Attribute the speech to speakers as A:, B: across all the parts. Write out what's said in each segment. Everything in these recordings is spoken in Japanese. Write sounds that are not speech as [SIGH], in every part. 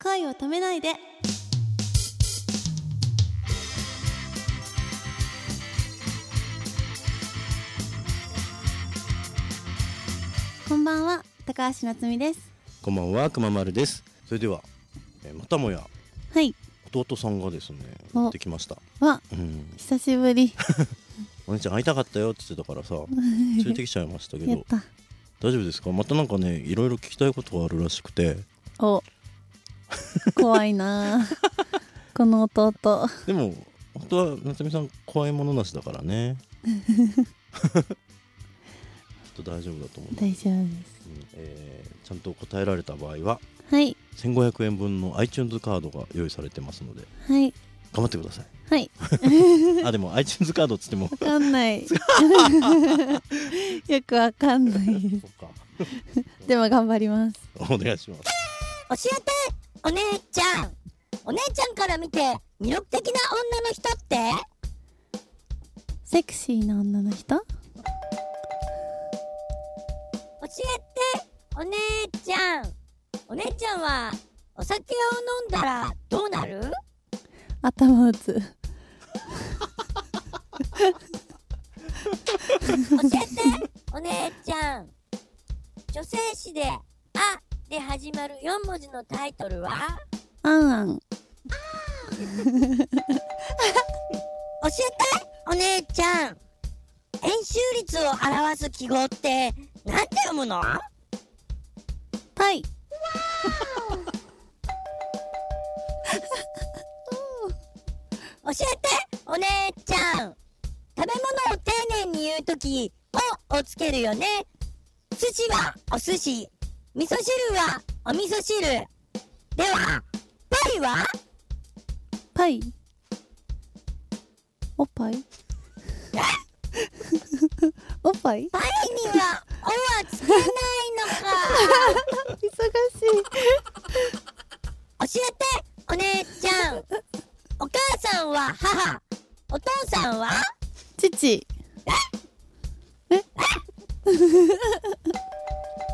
A: 恋を止めないでこんばんは高橋夏実です
B: こんばんは、くままるです。それでは、えーまたもや
A: はい
B: 弟さんがですね、
A: お
B: やってきました。
A: わ
B: うん、
A: 久しぶ [LAUGHS] り
B: お姉ちゃん会いたかったよって言ってたか
A: [LAUGHS]
B: らさ、連れてきちゃいましたけ
A: やっ
B: ど、
A: た
B: 大丈夫ですか？またなんかね、いろいろ聞きたいことがあるらしくて、
A: お [LAUGHS] 怖いな [LAUGHS] あこの弟
B: でも本当は夏美さん怖いものなしだか
A: [LAUGHS]
B: らね。きっと大丈夫だと思う。
A: 大丈夫で
B: うんえーちゃんと答えられた場合は、
A: すはい
B: 1500円分の iTunes カードが用意されてますので、
A: はい
B: 頑張ってください。
A: はい
B: あ、でも iTunes カードっつ
A: [LAUGHS]
B: っても
A: わかんないよくわかんないです
B: そっか。
A: でも頑張ります
B: お願いします。
C: 教えてお姉ちゃんお姉ちゃんから見て魅力的な女の人って
A: セクシーな女の人
C: 教えてお姉ちゃんお姉ちゃんはお酒を飲んだらどうなる
A: 頭打つ
C: 教えてお姉ちゃん女性誌で「あ」で始まる4文字のタイトルは
A: あんあん
C: 教えてお姉ちゃん円周率を表す記号って何て読むの
A: パイ
C: 教えてお姉ちゃん食べ物を丁寧に言うとき「お」をつけるよね寿司はお寿司味噌汁はお味噌汁ではパイは
A: パイおっぱいおっぱい
C: パイには「お」はつけないのか
A: 忙しい
C: 教えてお姉ちゃんお母さんは母お父さんは
A: 父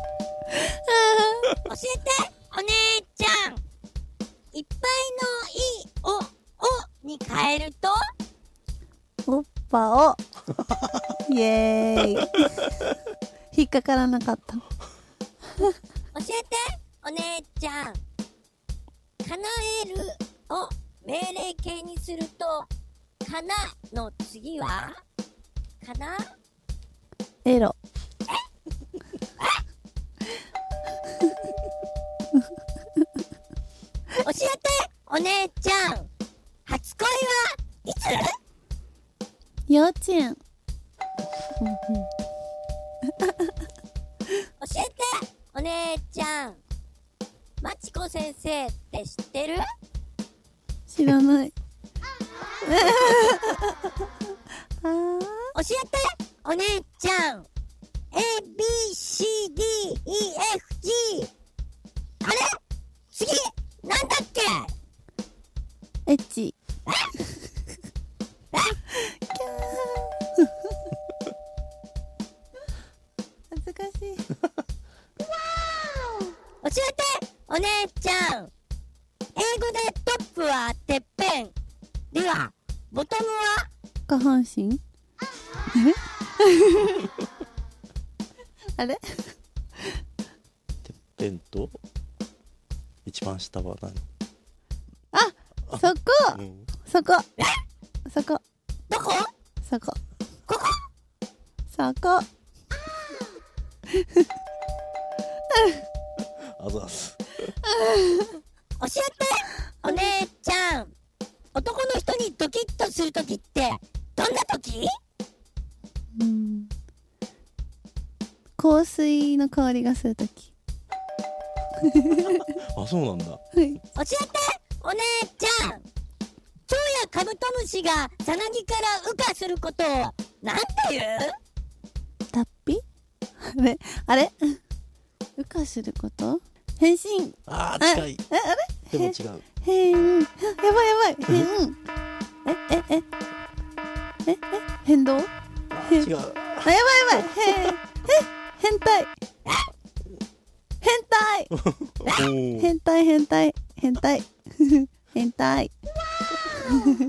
C: 教えてお姉ちゃんいっぱいの「い」を「お」に変えると
A: [LAUGHS] おっぱをイエーイ引っかからなかった
C: 教えてお姉ちゃん叶えるを命令形にすると「かな」の次は「かな」
A: エロ
C: 教えてお姉ちゃん初恋はいつ
A: 幼稚園
C: 教えてお姉ちゃんまちこ先生って知ってる
A: 知らない [LAUGHS] あー
C: 教えてお姉ちゃん ABCDEFG あれ次なんだっけ
A: エッチ恥ずかしい
C: 教えてお姉ちゃん英語でトップはてっぺんではボトムは
A: 下半身 [LAUGHS] あれあれ
B: てっぺんと一番下は何？
A: あそこ
B: うん、
A: そこそこ
C: どこ
A: そこ
C: ここ
A: そこ
B: あざっす。
C: 教えてお姉ちゃん男の人にドキッとするときってどんなとき
A: うん香水の香りがするとき
B: あ、そうなんだ。
A: はい
C: 教えてお姉ちゃん蝶やカブトムシがさなぎから羽化することをなんて言う
A: 脱皮 [LAUGHS] あれあれ羽化すること変身
B: あー、近い。
A: えあれ
B: でも違う。
A: 変やばいやばい変えええええ変動
B: あー、違う。
A: あやばいやばい変え変態変態
B: おー
A: 変態変態変態 [LAUGHS] 変態
B: 素晴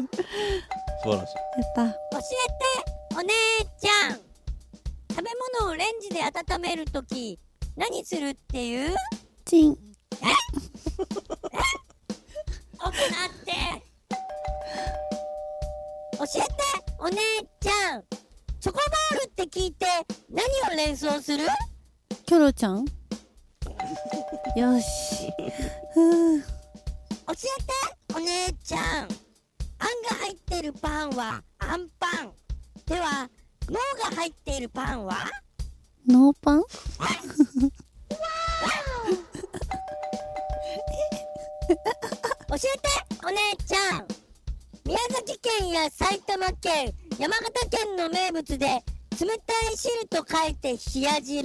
B: らしい
A: やった
C: 教えてお姉ちゃん食べ物をレンジで温めるとき何するっていう
A: チン
C: 行って教えてお姉ちゃんチョコボールって聞いて何を連想する
A: キョロちゃ
B: [LAUGHS]
A: んよしふう
C: 教えてお姉ちゃんあんが入ってるパンはあんパンでは脳が入っているパンは
A: ノーパン
C: 教えてお姉ちゃん宮崎県や埼玉県山形県の名物で冷たい汁と書いて冷や汁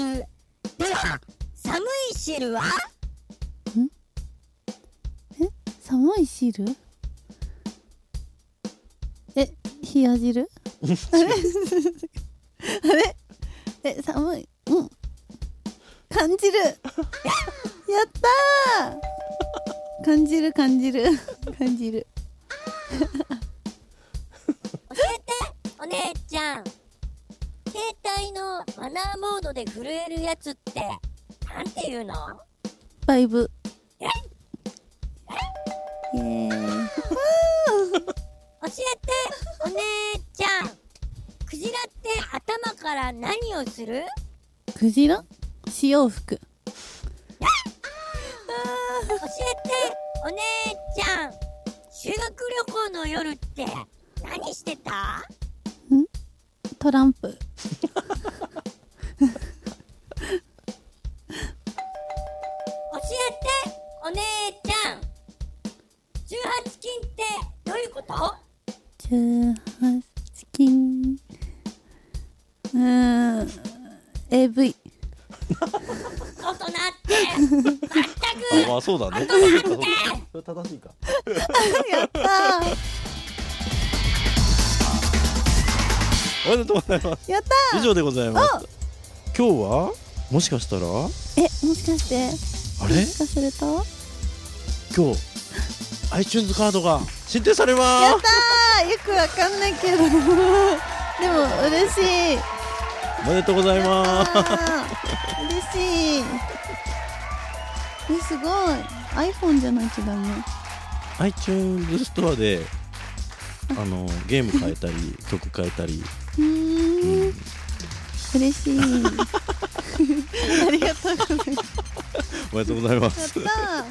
C: では寒い汁は
A: 寒い汁え冷や
B: [LAUGHS]
A: 汁あれあれえ寒いうん感じ
B: [LAUGHS]
A: るやったー感じる感じる感じる
C: 教えてお姉ちゃん携帯のマナーモードで震えるやつってなんていうの
A: バイブ
C: え
A: イエーイ
C: 教えてお姉ちゃんクジラって頭から何をする
A: クジラ使用服
C: 教えてお姉ちゃん修学旅行の夜って何してた
A: トランプ
C: 教えてお姉ちゃん18金ってどういうこと [LAUGHS]
A: 18金うーん AV
C: 大人って全く
B: あまあそうだ
A: [LAUGHS]
B: ねそれ正しいか
A: やった
B: おめでとうございます
A: ーやった
B: 以上でございます今日はもしかしたら
A: えもしかして
B: あ
A: も
B: れ
A: しかするとやっ
B: 今日 iTunes カードが申請されま
A: たーよくわかんないけど [LAUGHS] でも嬉しい
B: すおめでとうござい
A: あ
B: ます
A: ー嬉しいえすごい iPhone じゃないとダメ
B: iTunes ストアであのゲーム変えたり曲変えたり
A: うーん嬉し [LAUGHS] いありがとうございま
B: おめでとうございますす
A: やったー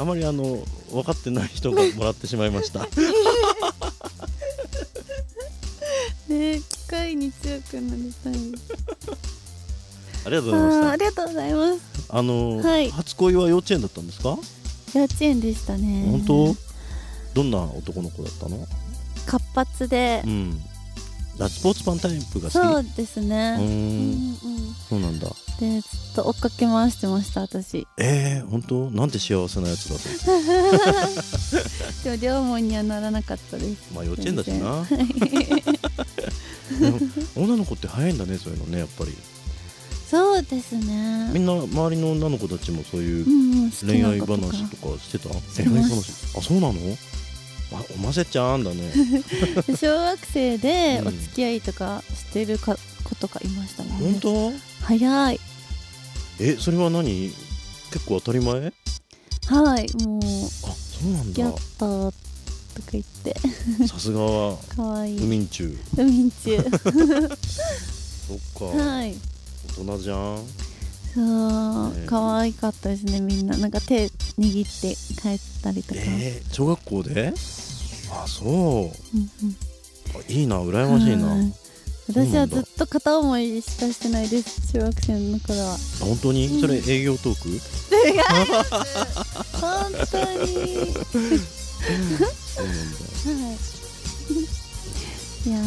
B: あまりあの分かってない人がもらってしまいま
A: [LAUGHS]
B: した
A: ねえ機械に強くなりたい
B: ありがとうご
A: あ
B: ざいま
A: ー
B: し
A: あ
B: た
A: りがとうございます
B: あの、
A: はい
B: 初恋は幼稚園だったんですか、
A: 幼稚園でしたね
B: 本当どんな男の子だったの
A: 活発で
B: うんあスポーツパンタイプが好き
A: そうです
B: う
A: ねうんう
B: ーん
A: ん
B: そうなんだ
A: でずっと追っかけ回してました私
B: えー、本当なんて幸せなやつだったん
A: [LAUGHS]
B: です
A: で
B: か
A: も両思いにはならなかったです
B: まあ幼稚園だしなでも [LAUGHS] 女の子って早いんだねそういうのねやっぱり
A: そうです
B: み
A: ね
B: んな周りの女の子たちもそういううん
A: うん好き
B: 恋
A: な
B: 愛
A: ことか
B: 話とかしてた
A: て
B: 恋
A: ます
B: 愛話あそうなのあおませちゃんだね
A: で小学生で
B: うん
A: お付き合いとかしてるか子とかいましたね
B: 本当
A: 早い
B: えそれは何結構当たり前あ
A: はいもう
B: そうなん
A: やっ
B: だ
A: たとか言
B: [LAUGHS]
A: って
B: さすがは
A: かわいい
B: 海んちゅ
A: ウミン
B: [LAUGHS]
A: チュ
B: そっか、
A: はい
B: 大人じゃん
A: そう
B: ね
A: 可愛かったですねみんななんか手握って帰ったりとか、
B: えー、小学校であそう
A: うん
B: あいいな
A: う
B: 羨
A: ん
B: ましいな、
A: はい私
B: そうな
A: は
B: んだ
A: ずっと片思いしかしてないです小学生の頃は
B: あ本当に、
A: うん
B: それ営業トーク、
A: 違います本当に
B: そうなんだ
A: はいいや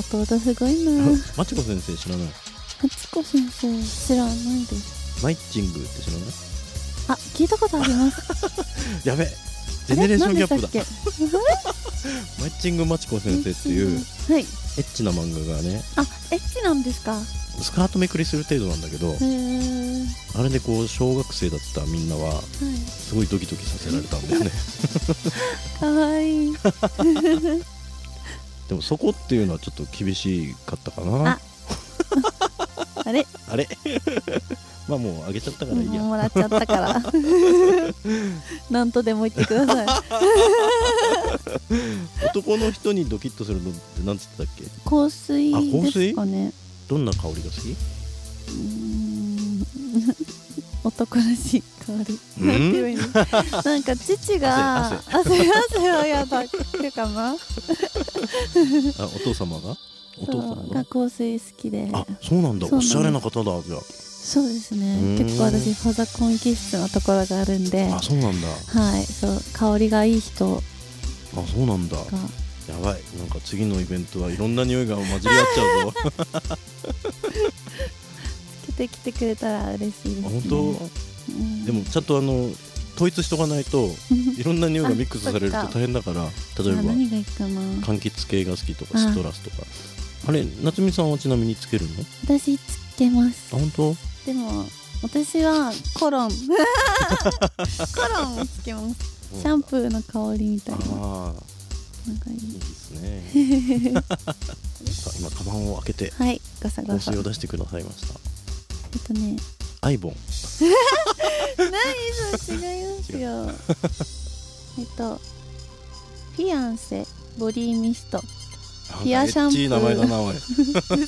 A: ー弟すごいなマ
B: [LAUGHS] マチコ先生知らない
A: チコ先生知らないです
B: マイッチングって知らない
A: あ聞いたことあります
B: やべ [LAUGHS] ジェネレーションギャップだ
A: あれ何でしたっ
B: マイッチングマチコ
A: け
B: 先生っていうエ
A: はい
B: ッチな漫画がね
A: あエッチなんですか
B: スカートめくりする程度なんだけど、
A: へー
B: あれでこう小学生だったみんなは
A: はい
B: すごいドキドキさせられたんだよ
A: [LAUGHS]
B: ね
A: かわいい
B: でもそこっていうのはちょっと厳しかったかなあ
A: ああれ
B: れ [LAUGHS] まあもうあげちゃったからいいや
A: もらっちゃったから
B: [LAUGHS]
A: なんとでも言ってください
B: 男の人にドキッとするのってなんつってたっけ
A: 香水
B: あ香
A: で
B: 水
A: すかね
B: どんな香りが好き
A: うーん [LAUGHS] 男らしい香り
B: ん
A: なんて言えばいいの
B: [LAUGHS]
A: なんか父が
B: 汗
A: 汗汗をやだってかな
B: あお父様がお父
A: そ
B: 様
A: う
B: が
A: が香水好きで
B: あそうなんだ
A: そうなの
B: おしゃれな方だじゃ
A: そうです
B: うーん
A: ね結構私ファザコン気質なところがあるんで
B: ああそうなんだ
A: はいそう香りがいい人が
B: あそうなんだやばいなんか次のイベントはいろんな匂いが混じり合っちゃうぞ
A: [LAUGHS] つけてきてくれたら嬉しいです、
B: あ
A: ね、
B: 本当
A: うん [LAUGHS]
B: でもちゃんとあの統一しとかないといろんな匂いがミックスされると
A: あそっか
B: 大変だから例え
A: あ
B: ば
A: 何がいいかな
B: 柑橘系が好きと
A: あ
B: かシトラスとかあれ夏美さんはちなみにつけるの
A: 私つけます
B: あ本当
A: でも私はコロン [LAUGHS] コロンをつけますシャンプーの香りみたいななんか
B: ああ
A: い
B: いい
A: い
B: ですね
A: [LAUGHS]
B: さあ今カバンを開けて
A: はいガサ
B: 香
A: ガサ
B: 水
A: え
B: を出してくださいました
A: っとね
B: アイボン
A: 何それ違いますよ [LAUGHS] えっとフィアンセボディミストピアシャンプー
B: なんかエッチい名前だなおい
A: で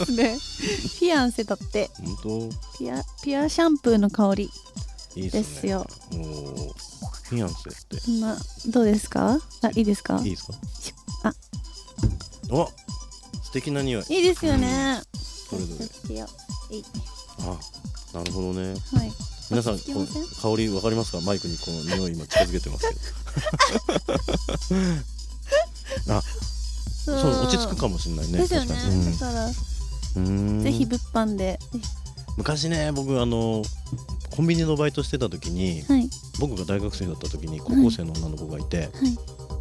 A: す
B: [LAUGHS]
A: ねフィアンセだって
B: 本
A: ピアピアシャンプーの香り
B: 当いい
A: で
B: ですすね
A: よ
B: おーフィアンセって
A: そんなどうですかあいいですか
B: いい
A: い
B: ですか
A: あ
B: お素敵な匂い
A: いですよね
B: それぞれ
A: いやいい
B: あなるほどね
A: はい
B: 皆さん
A: 聞きません
B: この香りわかりますかマイクにこの匂い今近づけてますけどあ
A: そ
B: そう落ち着くかもしれないね
A: ですよね
B: 確かにうん
A: だから
B: うん
A: ぜひ物販で
B: 昔ね僕あのコンビニのバイトしてた時に
A: はい
B: 僕が大学生だった時に高校生の女の子がいて、
A: はい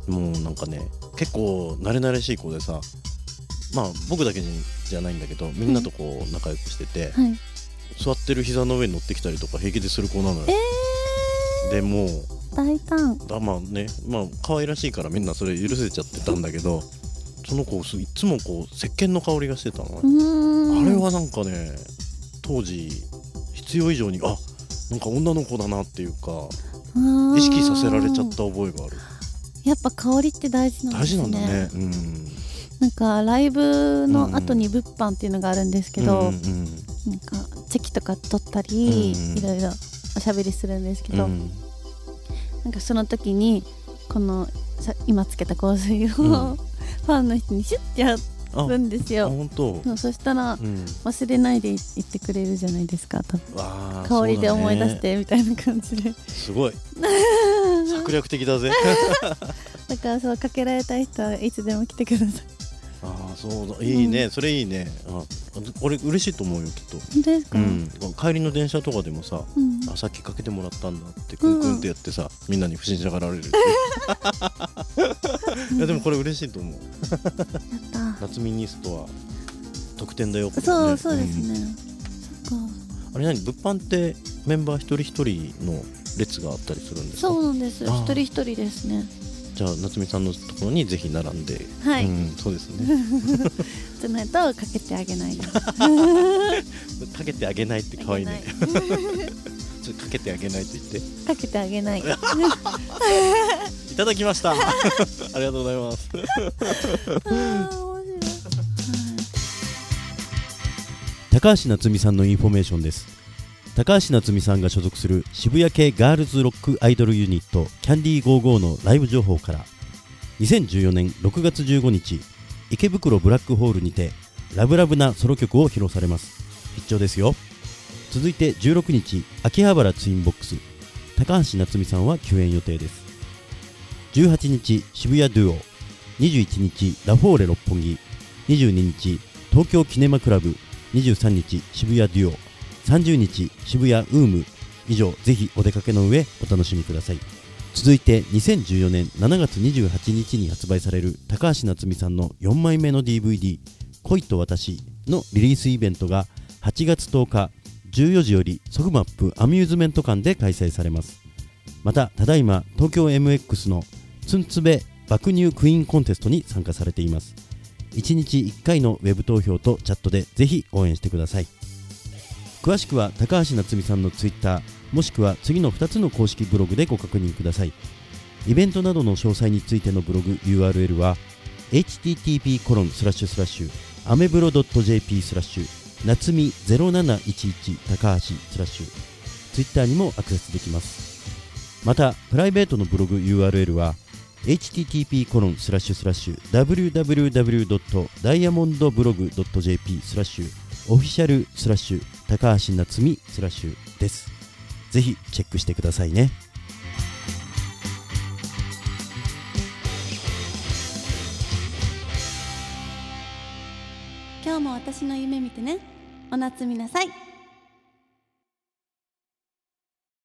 B: もうなんかね結構慣れ慣れしい子でさまあ僕だけじゃないんだけどみんなとこう仲良くしてて、
A: はい
B: 座ってる膝の上に乗ってきたりとか平気でする子なのよ
A: え
B: でもう
A: ー、大胆
B: だまあねまあ可愛らしいからみんなそれ許せちゃってたんだけどその子すいつもこう石鹸の香りがしてたのね
A: う、ーん
B: あれはなんかね当時必要以上にあなんか女の子だなっていうか
A: あー
B: 意識させられちゃった覚えがある
A: やっぱ香りって大事なん
B: 大
A: ですね
B: 事なんだねうん
A: なんかライブの後に物販っていうのがあるんですけど、
B: うんうん
A: なんかチェキとか取ったり、
B: うん
A: いろいろおしゃべりするんですけ
B: うん
A: ど、なんかその時にこのさ今つけた香水を、
B: うん
A: [LAUGHS] ファンの人にシュッてや
B: あ
A: るんです
B: あ
A: よ、
B: 本当
A: そうそしたら
B: うん
A: 忘れないで言ってくれるじゃないですか多分
B: わあ
A: 香りで
B: そうだね
A: 思い出してみたいな感じ
B: [LAUGHS]
A: で
B: すごい策略的だ
A: [LAUGHS]
B: ぜ
A: だからそうかけられたい人はいつでも来てください
B: ああそうだいいね、それいいねあ俺嬉しいと思うよきっと、
A: 本当ですか、
B: うん、帰りの電車とかでもさ
A: うん
B: あさっきかけてもらったんだってクンクンってやってさ、みんなに不審者がられ
A: [LAUGHS]
B: るいやでもこれ嬉しいと思う
A: やった
B: 夏ミニストは特典だよ、
A: そう、
B: ね
A: そうですね、そっか
B: うんあれ何物販ってメンバー一人一人の列があったりするんですか
A: そうなんです
B: あー
A: 一人一人ですね
B: じゃあ夏美さんのところにぜひ並んで、
A: はい、
B: うん、そうです
A: [LAUGHS]
B: ね
A: じゃないとかけてあげないです
B: [LAUGHS] かけてあげないって可愛いね
A: あげない
B: [LAUGHS] ちょっとかけてあげないと言ってい
A: かけてあげ
B: [LAUGHS]
A: ないあ
B: ただきました [LAUGHS] ありがとうございます
A: ー面白いはい
B: [LAUGHS] 高橋夏実さんのインフォメーションです高橋夏実さんが所属する渋谷系ガールズロックアイドルユニットキャンディー55のライブ情報から2014年6月15日池袋ブラックホールにてラブラブなソロ曲を披露されます必聴ですよ続いて16日秋葉原ツインボックス高橋夏実さんは休演予定です18日渋谷ドゥオ21日ラフォーレ六本木22日東京キネマクラブ23日渋谷デュオ30日渋谷ウーム以上ぜひお出かけの上お楽しみください続いて2014年7月28日に発売される高橋夏実さんの4枚目の DVD「恋と私」のリリースイベントが8月10日14時よりソグマップアミューズメント館で開催されますまたただいま東京 MX のツンツベ爆乳クイーンコンテストに参加されています1日1回のウェブ投票とチャットでぜひ応援してください詳しくは高橋夏実さんのツイッターもしくは次の2つの公式ブログでご確認くださいイベントなどの詳細についてのブログ URL は http コロンスラッシュスラッシュアメブロ .jp スラッシュ夏み0711高橋スラッシュツイッターにもアクセスできますまたプライベートのブログ URL は http コロンスラッシュスラッシュ www.diamondblog.jp スラッシュオフィシャルスラッシュ高橋夏実スラッシュですぜひチェックしてくださいね
A: 今日も私の夢見てねお夏みなさい